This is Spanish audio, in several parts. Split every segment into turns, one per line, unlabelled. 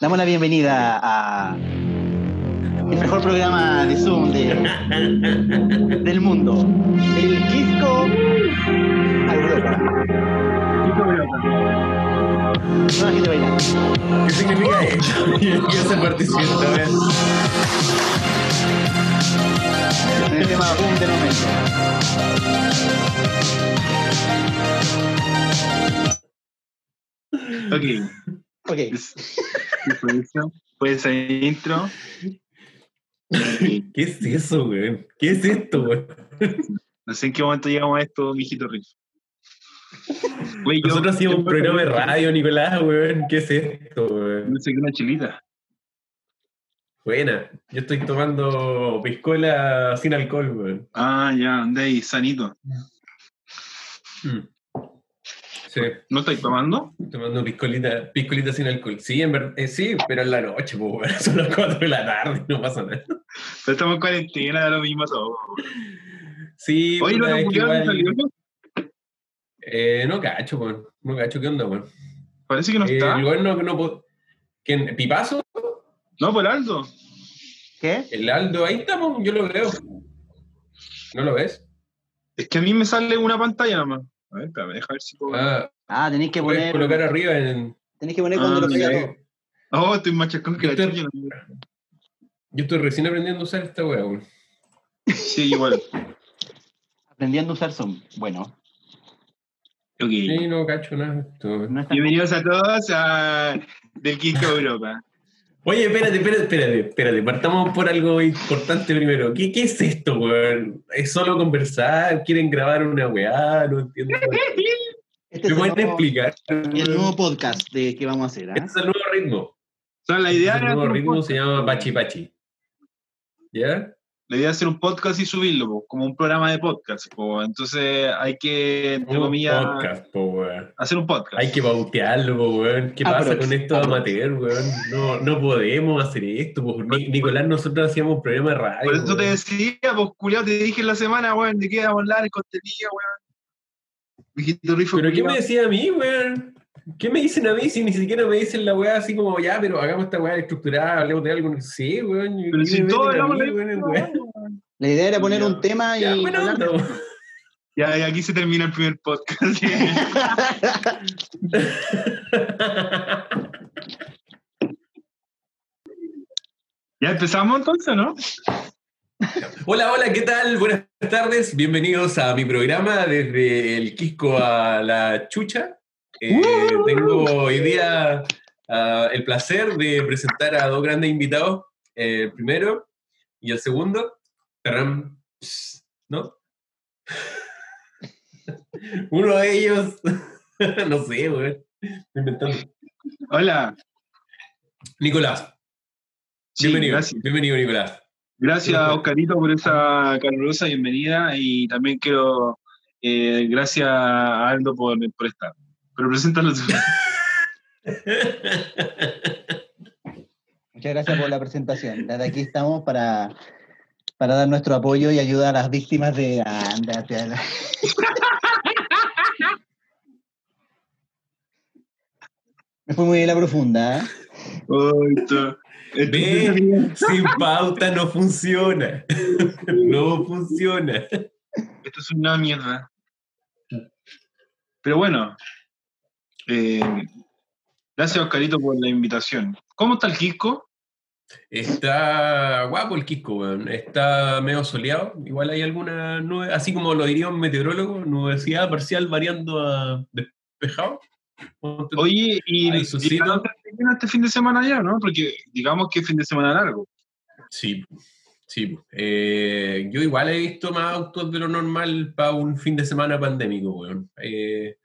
Damos la bienvenida a el mejor programa de Zoom de- del mundo. El Quisco a Europa. No, gente baila.
¿Qué significa esto? Yo se participante a ver.
El tema boom del momento.
Ok,
Ok.
¿qué fue eso? Fue esa intro. Eh,
¿Qué es eso, weón? ¿Qué es esto, weón?
No sé en qué momento llegamos a esto, mijito Riff. Güey, yo-
Nosotros hacíamos
yo-
un programa de radio, Nicolás, weón. ¿Qué es esto, weón?
No sé qué una chilita.
Buena. Yo estoy tomando piscola sin alcohol, weón.
Ah, ya, anda ahí, sanito.
Mm. Sí,
¿No estáis tomando?
tomando piscolita, piscolita sin alcohol. Sí, en verdad, sí, pero en la noche, pues, weón. Son las 4 de la tarde, no pasa nada.
Pero estamos en cuarentena, da lo mismo todo.
Sí,
Oye,
puta, es
¿lo
que
locura
igual-
no salió?
Eh, no cacho, weón. No cacho, ¿qué onda, weón?
Parece que no
Eh,
está.
el weón no, no po- ¿Quién? ¿Pipazo?
No, por Aldo.
¿Qué?
El Aldo, ahí estamos, yo lo veo. ¿No lo ves?
Es que a mí me sale una pantalla nomás. A ver, espérame, deja ver si puedo.
Ah,
Ah, tenéis que
puedes
poner.
colocar arriba en.
Tenéis que poner cuando
Ah,
lo
mira,
pega todo.
Ah.
Oh, estoy más chacón que la
Este-
chucha.
Yo estoy recién aprendiendo a usar esta wea, weón.
Sí, igual.
Aprendiendo a usar Zoom. Bueno.
Ok.
Sí, no cacho nada. de esto, weón.
No es tan-
Bienvenidos a todos a Del Quisco Europa.
Oye, espérate, espérate, espérate, espérate. Partamos por algo importante primero. ¿Qué, qué es esto, weón? ¿Es solo conversar? ¿Quieren grabar una weá? No entiendo.
Este
¿Me
es el
pueden
nuevo-
explicar?
el nuevo podcast de que vamos a hacer. ¿ah?
Este es el nuevo ritmo.
O sea, la
Este
idea
es el
era
nuevo
hacer un
ritmo
podcast.
se llama Pachi Pachi. ¿Ya?
La idea es hacer un podcast y subirlo, po, como un programa de podcast. po. Entonces hay que, entre
Un
comillas,
podcast, po, weón.
hacer un podcast.
Hay que bautearlo, po, weón. ¿Qué pasa
Aprox,
con esto de amateur, weón? No, no podemos hacer esto, po. Ni- Nicolás, nosotros hacíamos un programa de radio.
Por eso te
weón.
decía, pues, culiao, te dije en la semana, weón, de qué vamos a hablar, el contenido, weón. Mijito Rifo,
Pero ¿qué
culiao.
me decía a mí, weón? ¿Qué me dicen a mí si ni siquiera me dicen la weá así como, ya, pero hagamos esta weá estructurada, hablemos de algo? Sí, weón.
Pero
¿qué
si
me
todos
meten a
hablamos
mí,
de
weón, weón?
La idea era poner
Ya.
un tema y.
Ya, buena
hablar.
onda, weón.
Ya, ya, aquí se termina el primer podcast. ya empezamos entonces, ¿no?
Hola, hola, ¿qué tal? Buenas tardes, bienvenidos a mi programa desde el Quisco a la Chucha. Eh, tengo hoy día ah, el placer de presentar a dos grandes invitados, eh, el primero y el segundo. Tarán, ps, ¿no? Uno de ellos, no sé, güey, inventando.
Hola.
Nicolás,
Sí,
bienvenido,
Gracias,
bienvenido Nicolás.
gracias Oscarito, por esa calurosa bienvenida y también quiero, eh, gracias a Aldo por, por estar. Pero preséntalo tú.
Muchas gracias por la presentación. Desde aquí estamos para, para dar nuestro apoyo y ayuda a las víctimas de. Ándate a la- Me fue muy bien la profunda. ¿eh?
Ay, está. Entonces,
Ve, sin pauta no funciona. No funciona.
Esto este es una mierda. Pero bueno, eh, gracias Oscarito por la invitación. ¿Cómo está el Quisco?
Está guapo el Quisco, weón. Está medio soleado. Igual hay alguna nube, así como lo diría un meteorólogo, nubosidad parcial variando a despejado.
Oye, y,
Ay,
y
Susito.
la otra semana, este fin de semana ya, ¿no? Porque digamos que es fin de semana largo.
Sí, sí. Eh, yo igual he visto más autos de lo normal para un fin de semana pandémico, weón. Eh,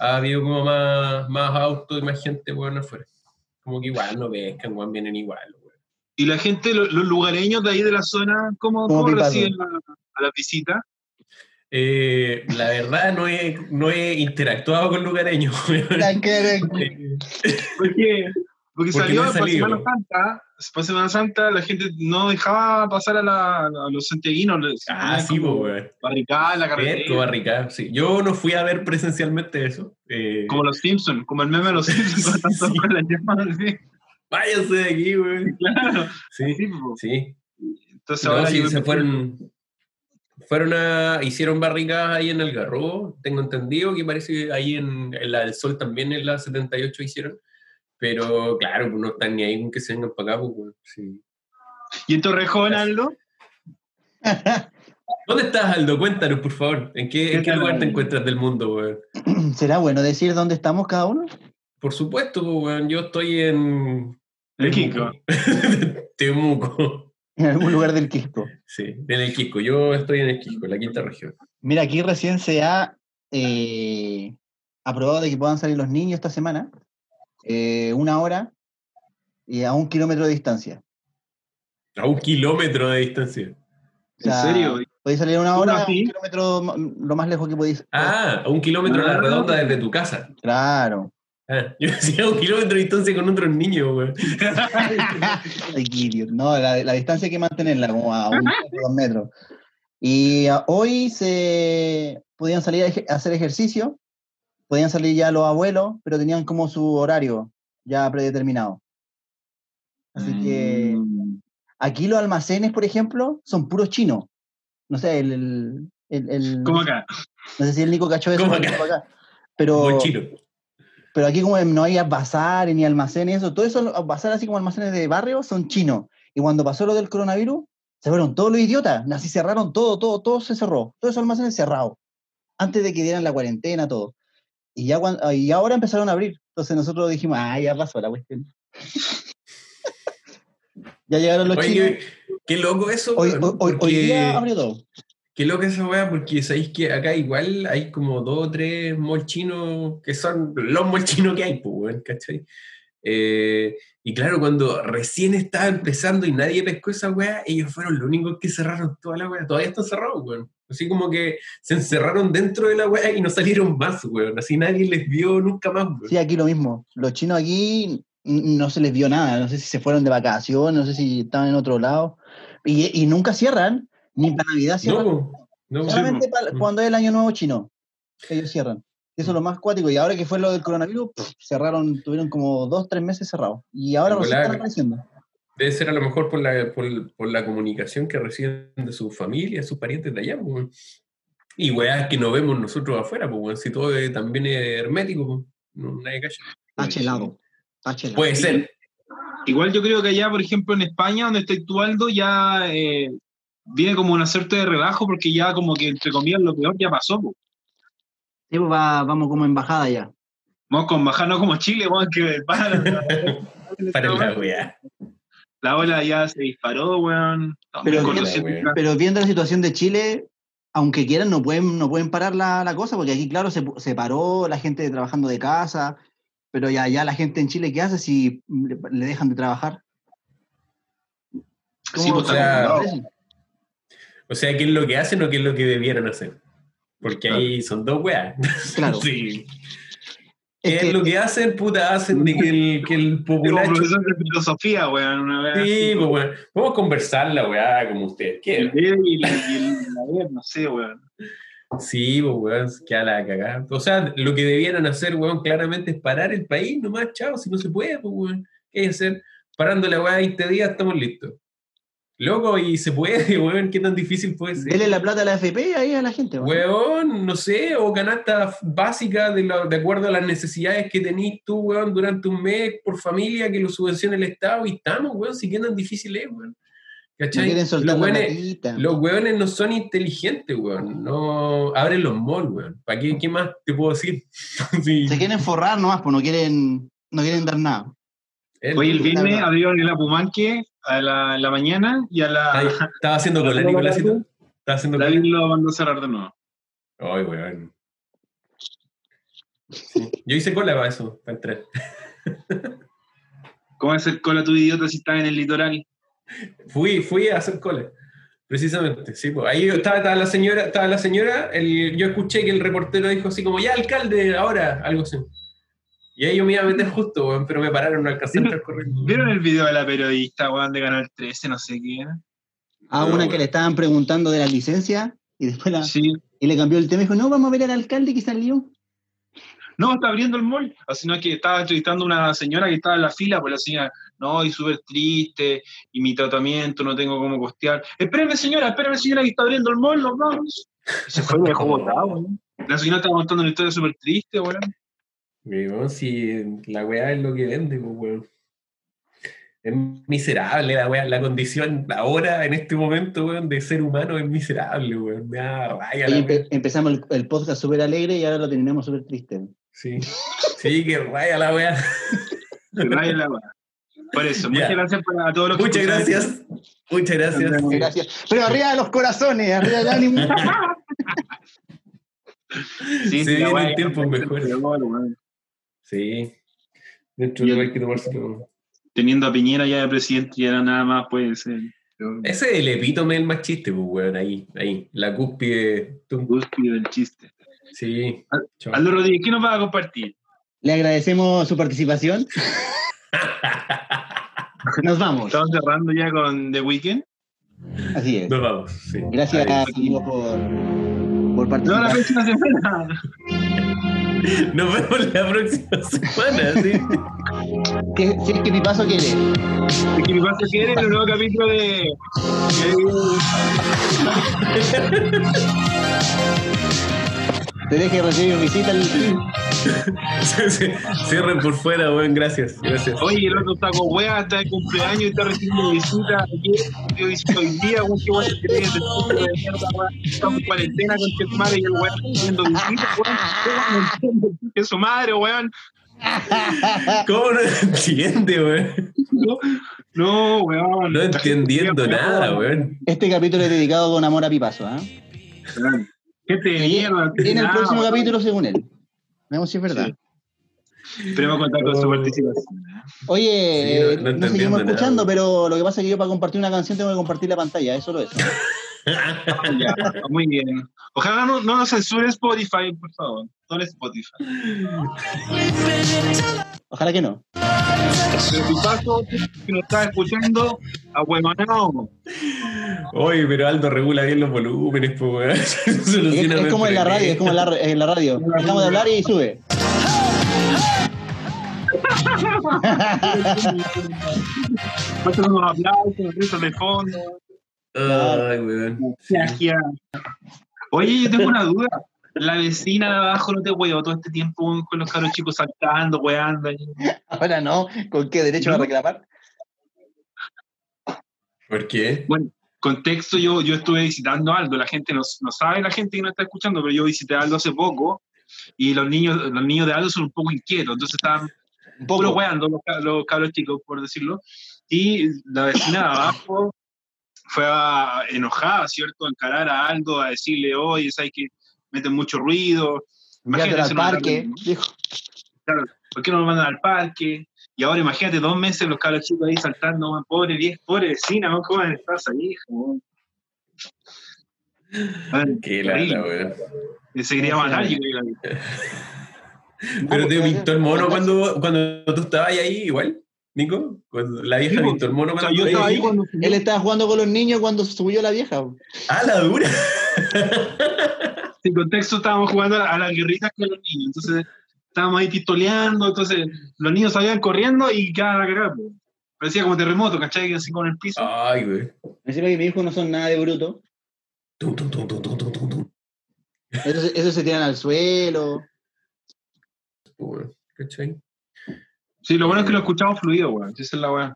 ha habido como más, más autos y más gente, weón, afuera. Como que igual no pescan, weón, vienen igual, weón.
Y la gente, lo- los lugareños de ahí de la zona, ¿cómo,
Como
cómo
pipazo.
reciben a, a las visitas?
Eh, la verdad no he, no he interactuado con lugareños.
La cara-
Eh,
Porque, porque
Porque
salió
no he
para
salido.
Semana Santa, para Semana Santa la gente no dejaba pasar a, la- a los santiaguinos. les-
ah, sí, po,
como
weón.
barricada en la carretera.
Cerco, barricada, sí. Yo no fui a ver presencialmente eso. eh,
Como los Simpsons, como el meme de los Simpsons,
Sí.
con tanto con la llama, así.
váyanse de aquí, weón.
Claro.
Sí,
Sí, po.
sí.
Entonces
No,
ahora
sí,
yo-
se fueron. Fueron a. Hicieron barricadas ahí en el Garrobo. Tengo entendido que parece que ahí en, en la del Sol también, en la 78 hicieron. Pero claro, pues no están ni ahí con que se vengan para acá, pues, weón. Sí.
¿Y en Torrejón, Aldo?
¿Dónde estás, Aldo? Cuéntanos, por favor. ¿En qué, en
¿Qué
qué
tal,
lugar te
Aldo?
encuentras del mundo, weón?
¿Será bueno decir dónde estamos cada uno?
Por supuesto, pues, weón. Yo estoy en.
En Quinco.
Temuco.
En algún lugar del Quisco.
Sí, en el Quisco. Yo estoy en el Quisco, en la quinta región.
Mira, aquí recién se ha eh, aprobado de que puedan salir los niños esta semana, eh, una hora y a un kilómetro de distancia.
A un kilómetro de distancia.
O sea,
¿En serio?
Podéis salir una
¿Uno
hora, a
así?
un kilómetro m- lo más lejos que podéis.
Ah, a un kilómetro a la
Ah.
redonda desde tu casa.
Claro.
Ah, yo decía a un kilómetro de distancia con otros niños, weón.
Ay, qué idiota. No, la, la distancia hay que mantenerla, como a un metro, dos metros. Y a- hoy se podían salir a ej- a hacer ejercicio, podían salir ya los abuelos, pero tenían como su horario ya predeterminado. Así que
Mm.
aquí los almacenes, por ejemplo, son puros chinos. No sé, el... el, el- el-
¿Cómo acá?
No sé si el Nico cachó eso.
¿Cómo
pero
acá?
acá. Pero,
Buen chino.
pero aquí como no hay bazares ni almacenes, eso, todo eso, bazares así como almacenes de barrio son chinos. Y cuando pasó lo del coronavirus, se fueron todos los idiotas, así cerraron todo, todo, todo se cerró, todos esos almacenes cerrados, antes de que dieran la cuarentena, todo. Y, ya cuan- y ahora empezaron a abrir, entonces nosotros dijimos, ah, ya pasó la cuestión. ya llegaron los
Oye,
chinos.
qué, qué loco eso,
Hoy,
weón,
hoy, hoy- hoy día
porque-
abrió todo.
Qué loca esa weá, porque sabéis que acá igual hay como dos o tres malls chinos que son los malls chinos que hay, pues, weón, ¿cachai? Eh, y claro, cuando recién estaba empezando y nadie pescó esa weá, ellos fueron los únicos que cerraron toda la weá. Todavía están cerrados, weón. Así como que se encerraron dentro de la weá y no salieron más, weón. Así nadie les vio nunca más, weón.
Sí, aquí lo mismo. Los chinos aquí n- no se les vio nada. No sé si se fueron de vacaciones, no sé si estaban en otro lado. Y, y nunca cierran, ni para Navidad
no,
cierran.
po, no, po.
Solamente para
Mm.
cuando es el año nuevo chino. Ellos cierran. Eso es lo más cuático. Y ahora que fue lo del coronavirus, pff, cerraron, tuvieron como dos, tres meses cerrados. Y ahora
En
recién están
volar.
apareciendo.
Debe ser a lo mejor por la, por, por la comunicación que reciben de su familia, sus parientes de allá, pues, weón. Y weas que no vemos nosotros afuera, pues, weón, si todo es- también es hermético, pues, no, nadie calla.
Está chelado. Está chelado.
Puede ser.
Igual yo creo que allá, por ejemplo, en España, donde está tú, Aldo, ya eh, viene como una suerte de relajo porque ya como que, entre comillas, lo peor ya pasó. po.
Sí, pues, va- vamos como embajada ya.
Vamos con bajar, no como Chile, vamos que para.
Para la wea.
La ola ya se disparó, weón. Estamos
Pero
con
bien,
200
weón.
casos.
Pero viendo la situación de Chile, aunque quieran, no pueden, no pueden parar la, la cosa, porque aquí, claro, se, pu- se paró la gente trabajando de casa, pero ya, ya la gente en Chile, ¿qué hace si le, le dejan de trabajar?
Sí, pues,
se van a
está-
comprar eso?
O sea, ¿qué es lo que hacen o qué es lo que debieran hacer? Porque ahí son dos weas.
Claro.
Sí. ¿Qué
Es
es,
que-
lo que hacen? Puta, hacen de que el, que el
Como
populacho.
profesor de filosofía, weón. Una weá
Sí,
así.
pues, weón. Vamos a conversar la wea como ustedes
El
quieran.
dedo y la- y el- la ver, no sé, weón.
Sí, pues, weón, queda la cagada. O sea, lo que debieran hacer, weón, claramente es parar el país nomás, chao, si no se puede, pues, weón. ¿Qué hay que hacer? Parando la weá 20 días, estamos listos. Loco, y se puede, weón, qué tan difícil puede ser.
Dele la plata a la FP ahí a la gente. weón.
Weón, no sé, o canasta básica de, la- de acuerdo a las necesidades que tenís tú, weón, durante un mes por familia que lo subvencione el Estado y estamos, weón, si qué tan difícil es, weón.
No
¿Cachai?
quieren soltar
Los
la
weones-
platita.
los weones no son inteligentes, weón. No abren los malls, weón. ¿Para qué, qué más te puedo decir? Sí,
Se quieren forrar nomás, pues no quieren, no quieren dar nada.
él-
Hoy el viernes
Claro.
abrieron el Apumanque a la, la mañana y a
Ay,
la.
estaba haciendo cola, Nicolásito. Estaba haciendo cola.
David lo mandó a cerrar de nuevo.
Ay, weón. Sí. Yo hice cola para eso, para entrar.
¿Cómo vas a hacer cola tu idiota si estás en el litoral?
Fui, fui a hacer cola. Precisamente, sí, pues. Ahí estaba, estaba la señora, estaba la señora, el- yo escuché que el reportero dijo así como, ya alcalde, ahora, algo así. Y ahí yo me iba a meter justo, weón, pero me pararon, no alcancé a entrar corriendo.
¿Vieron el video de la periodista, weón, de Canal 13, no sé qué? era?
A
No,
una que
weón.
le estaban preguntando de la licencia y después la-
Sí.
y le cambió el tema y dijo, no, vamos a ver al alcalde que salió.
No, está abriendo el mall. O sino que estaba entrevistando a una señora que estaba en la fila, pues la señora, no, y súper triste, y mi tratamiento no tengo cómo costear. Espérame, señora, espérame, señora, que está abriendo el mall, nos vamos. Y se fue, me dejó botado, weón. La señora estaba contando una historia súper triste, weón.
Weón, si la weá es lo que vende, pues, weón. Es miserable la weá, la condición ahora, en este momento, weón, de ser humano es miserable, weón. Me da raya
Oye,
la
empe-
weá.
empezamos el, el podcast súper alegre y ahora lo terminamos súper triste.
Sí, sí, que raya la weá.
Se raya la weá. Por eso, muchas
Ya.
gracias para- a todos los que
Muchas
escucharon.
gracias. Muchas gracias.
Gracias. Pero arriba de los corazones, arriba del ánimo.
Se
la
vienen
weá,
tiempos
la weá,
mejores.
la weá, weón.
Sí. Dentro
Bien.
hay que tomárselo.
Teniendo a Piñera ya de presidente, ya era nada más, puede ser. Pero-
Ese es el epítome del más chiste, pues, weón, ahí, ahí. La cúspide. Tum.
Gusti del chiste.
Sí. Chao.
Aldo Rodríguez, ¿qué nos vas a compartir?
Le agradecemos su participación. Nos vamos.
Estamos cerrando ya con The Weeknd.
Así es.
Nos vamos. sí.
Gracias,
Adiós.
Camilo, por, por
No, la
participar.
próxima semana.
Nos vemos la próxima semana, sí.
Que- Si es que mi paso quiere.
¿Qué que pasa que eres el nuevo capítulo de. de-
Te deje recibir visita el.
Sí, sí. Cierren por fuera, weón, gracias. Gracias.
Oye, el otro está con wea, está de cumpleaños y está recibiendo visita. Ayer, yo visito hoy día, un que wea que tiene de mierda, wea. Estamos en cuarentena con tu madre y el wea está recibiendo visita, weón. Yo no entiendo que su madre, weón.
¿Cómo no entiende, weón?
No, No, weón.
No entendiendo nada, weón.
Este capítulo es dedicado con amor a Pipaso. ¿ah?
weón. Gente de mierda.
Viene el
nada,
próximo
weón.
capítulo, según él. Vemos si es verdad.
Sí. Esperemos contar con su participación.
Oye,
Sí, no-
eh,
no
no,
entendiendo
seguimos
nada.
escuchando, pero lo que pasa es que yo para compartir una canción tengo que compartir la pantalla, eso lo es.
Ya, muy bien. Ojalá no, no nos censure Spotify, por favor. No le Spotify.
Ojalá que no.
Pero tu paso, que nos estás escuchando, ah, a huevonao.
Oye, pero Aldo regula bien los volúmenes, pues, weón.
Es,
Soluciona
es como en la
frente.
radio, es como en la, en la radio. Dejamos de hablar y sube.
Pasa unos aplausos, risas de fondo.
Ay, weón.
magia. Oye, yo tengo una duda. La vecina de abajo no te huevo todo este tiempo con los caros chicos saltando, hueando. ahí.
Ahora no, ¿con qué derecho va a reclamar?
¿Por qué?
Bueno, contexto, yo, yo estuve visitando a Aldo, la gente no, no sabe, la gente que no está escuchando, pero yo visité a Aldo hace poco y los niños, los niños de Aldo son un poco inquietos, entonces estaban
Un
puro
poco.
weando los, ca- los cabros chicos, por decirlo, y la vecina de abajo fue a- enojada, ¿cierto?, a encarar a Aldo, a decirle, oye, sabes que meten mucho ruido,
Llévatelo al
eso no es
parque.
lo
Dijo,
¿por qué no lo mandan al parque? Y ahora imagínate dos meses los cabros chicos ahí saltando, weón, pobre, vie- pobre vecina, weón, ¿cómo estás ahí, hija, weón? Weón,
Qué
horrible.
lata, weón.
Se quería matar, yo creo.
Pero te
porque-
pintó el mono cuando, cuando tú estabas ahí, igual, Nico. Cuando la vieja
Sí, pues.
pintó el mono
O
cuando
sea, yo
tú
estaba ahí
estabas
cuando... este
Él estaba jugando con los niños cuando subió la vieja.
Ah, la dura.
sin contexto estábamos jugando a las guerritas con los niños, entonces estábamos ahí pistoleando, entonces los niños salían corriendo y cada la cagada, pues. Parecía como terremoto, ¿cachai? Así con el piso.
Ay, weón.
Encima que mis hijos no son nada de bruto.
Tum, tum, tum, tum, tum, tum, tum, tum.
Eso, se- eso se tiran al suelo.
Weón, ¿Cachai?
Sí, lo bueno es que lo escuchamos fluido, weón. Esa es la weá.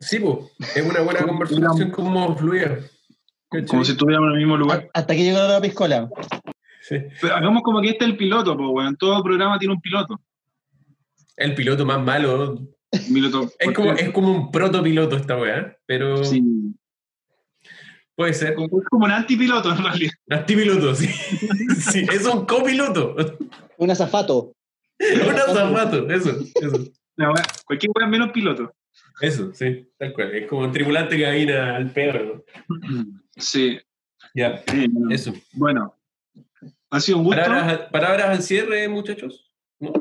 Sí, pues. Es una buena conversación como fluida. ¿Cachai?
Como si estuviéramos en el mismo lugar.
Hasta que llegó la piscola.
Sí.
Pero hagamos como que este es el piloto, pues, weón. Todo programa tiene un piloto.
El piloto más malo.
Un piloto.
Es como, es como un protopiloto esta weá, pero
Sí.
puede ser.
Como- Es como un antipiloto, en realidad.
Antipiloto, sí. sí. Es un copiloto.
Un azafato.
Un zapato, eso, eso.
La weá. Cualquier weón menos piloto.
Eso, sí, tal cual. Es como un tripulante que camina al perro.
Sí.
Ya,
Eh,
eso.
Bueno. Ha sido un gusto.
Palabras, palabras al cierre, muchachos. ¿No?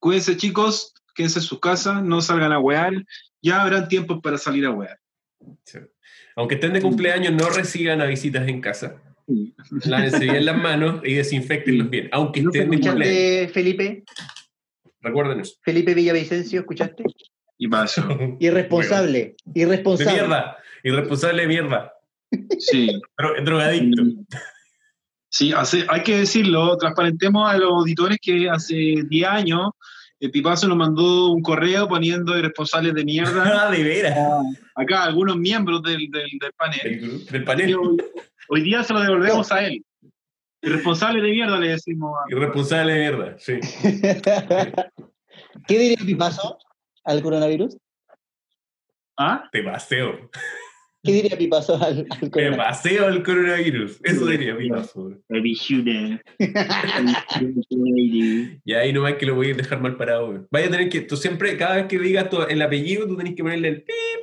Cuídense, chicos. Quédense en su casa. No salgan a wear. Ya habrán tiempos para salir a wear.
Sí. Aunque estén de cumpleaños, no reciban a visitas en casa. Lávense bien las manos y desinfectenlos bien. Aunque
¿No
estén de cumpleaños.
escuchaste, Felipe?
Recuerden eso.
Felipe Villavicencio, ¿escuchaste?
Y pasó.
Irresponsable,
De
irresponsable.
mierda, irresponsable de mierda.
Sí.
Dro- drogadicto.
Mm. Sí, hace, hay que decirlo, transparentemos a los auditores que hace 10 años el Pipazo nos mandó un correo poniendo irresponsables de mierda
Ah, de veras.
acá algunos miembros del, del, del panel.
Del, gru- del
Y
panel.
Hoy, hoy día se lo devolvemos a él. Irresponsables de mierda le decimos a-
Irresponsable de mierda, sí.
¿Qué diría Pipazo al coronavirus?
¿Ah?
Te paseo.
¿Qué diría Pipazo al, al
Te
coronavirus?
paseo al coronavirus. Eso diría mi paso. Y ahí nomás que lo voy a dejar mal parado. güey. Vaya a tener que, tú siempre, cada vez que digas tu- el apellido, tú tenés que ponerle el pip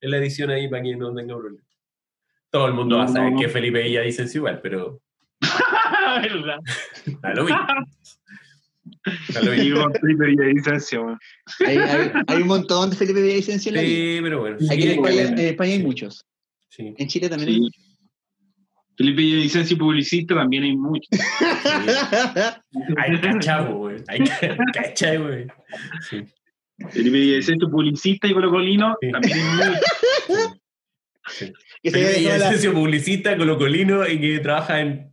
en la edición ahí para que no tenga problema. Todo el mundo va a
No,
saber
no.
que Felipe y es igual, pero Ah,
¿Verdad?
a lo mismo. A lo mismo.
Y con Twitter y licencia, weón.
Hay, hay- hay un montón de Felipe Villavicencio en la vida.
Sí, pero bueno.
Aquí en
sí,
España,
caleta.
en España hay
Sí,
muchos.
sí,
En Chile también hay
Sí.
muchos.
Felipe Villavicencio, publicista, también hay mucho.
sí. Ay, cachavo, güey. Ay, ca- cachai, güey. Sí.
Felipe Villavicencio, publicista y colocolino,
Sí.
también hay mucho.
que se
Felipe
haya dejado
Villavicencio, publicista, colocolino y que trabaja en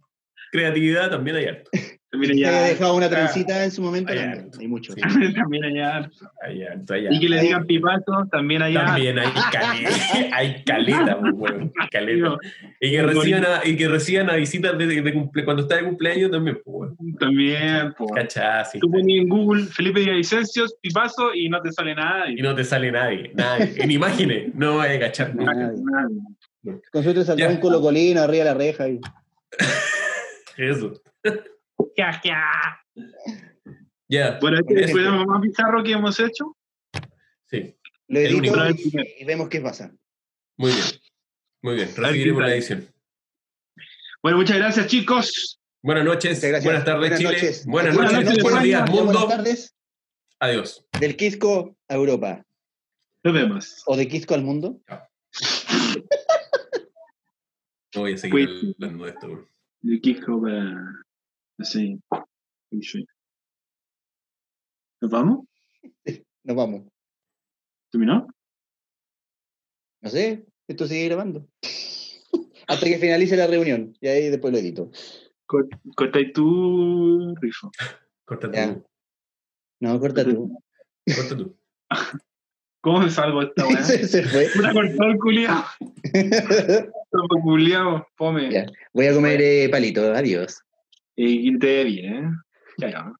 creatividad, también hay harto.
También
la-
hay
se haya dejado una
harta.
trencita en su momento.
Allá.
también. Hay muchos.
Sí.
También hay harta.
Hay harto, hay
Y
harto.
que le digan pipazo, también hay harta.
También hay caleta, hay caleta, pues, weón, caleta. Y que reciban a, y que reciban a visitas de, de cumple- cuando está de cumpleaños también, pues, weón.
También, po.
Cachá, sí.
Tú pones en Google Felipe Villavicencio, pipazo, y no te sale nada.
Y no te sale nadie, nadie. En imágenes, no vaya a cachar. nunca.
Nadie.
Nada.
Con suerte saldrá
Ya.
un colocolino arriba de la reja. y-
Eso.
Ja, ja.
Ya.
Bueno, este es el
Eso.
programa más bizarro que hemos hecho.
Sí.
Lo
El
edito
único.
y, y vemos qué pasa.
Muy bien. Muy bien. Recibiremos la edición.
Bueno, muchas gracias, chicos.
Buenas noches.
Muchas gracias.
Buenas tardes, Chile.
noches.
Buenas noches.
Buenas noches,
buenos días,
Buenas
mundo.
tardes.
Adiós.
Del Quisco a Europa.
Nos vemos.
O de Quisco al mundo.
No voy a
Pues-
seguir hablando de esto. weón.
De Quisco para. Así. ¿Nos vamos?
Nos vamos.
¿Terminó?
No sé, esto sigue grabando. Hasta que finalice la reunión. Y ahí después lo edito.
Corta y tú, Rifo.
Corta
Ya.
tú.
No, corta tú.
Corta tú.
¿Cómo me salgo de esta weá?
se, se fue.
Puta cortó el culiao. Tampoco culiao, fome.
Ya. Voy a comer eh, palito. Adiós.
Y que te dé bien, ¿eh? Ya, ya.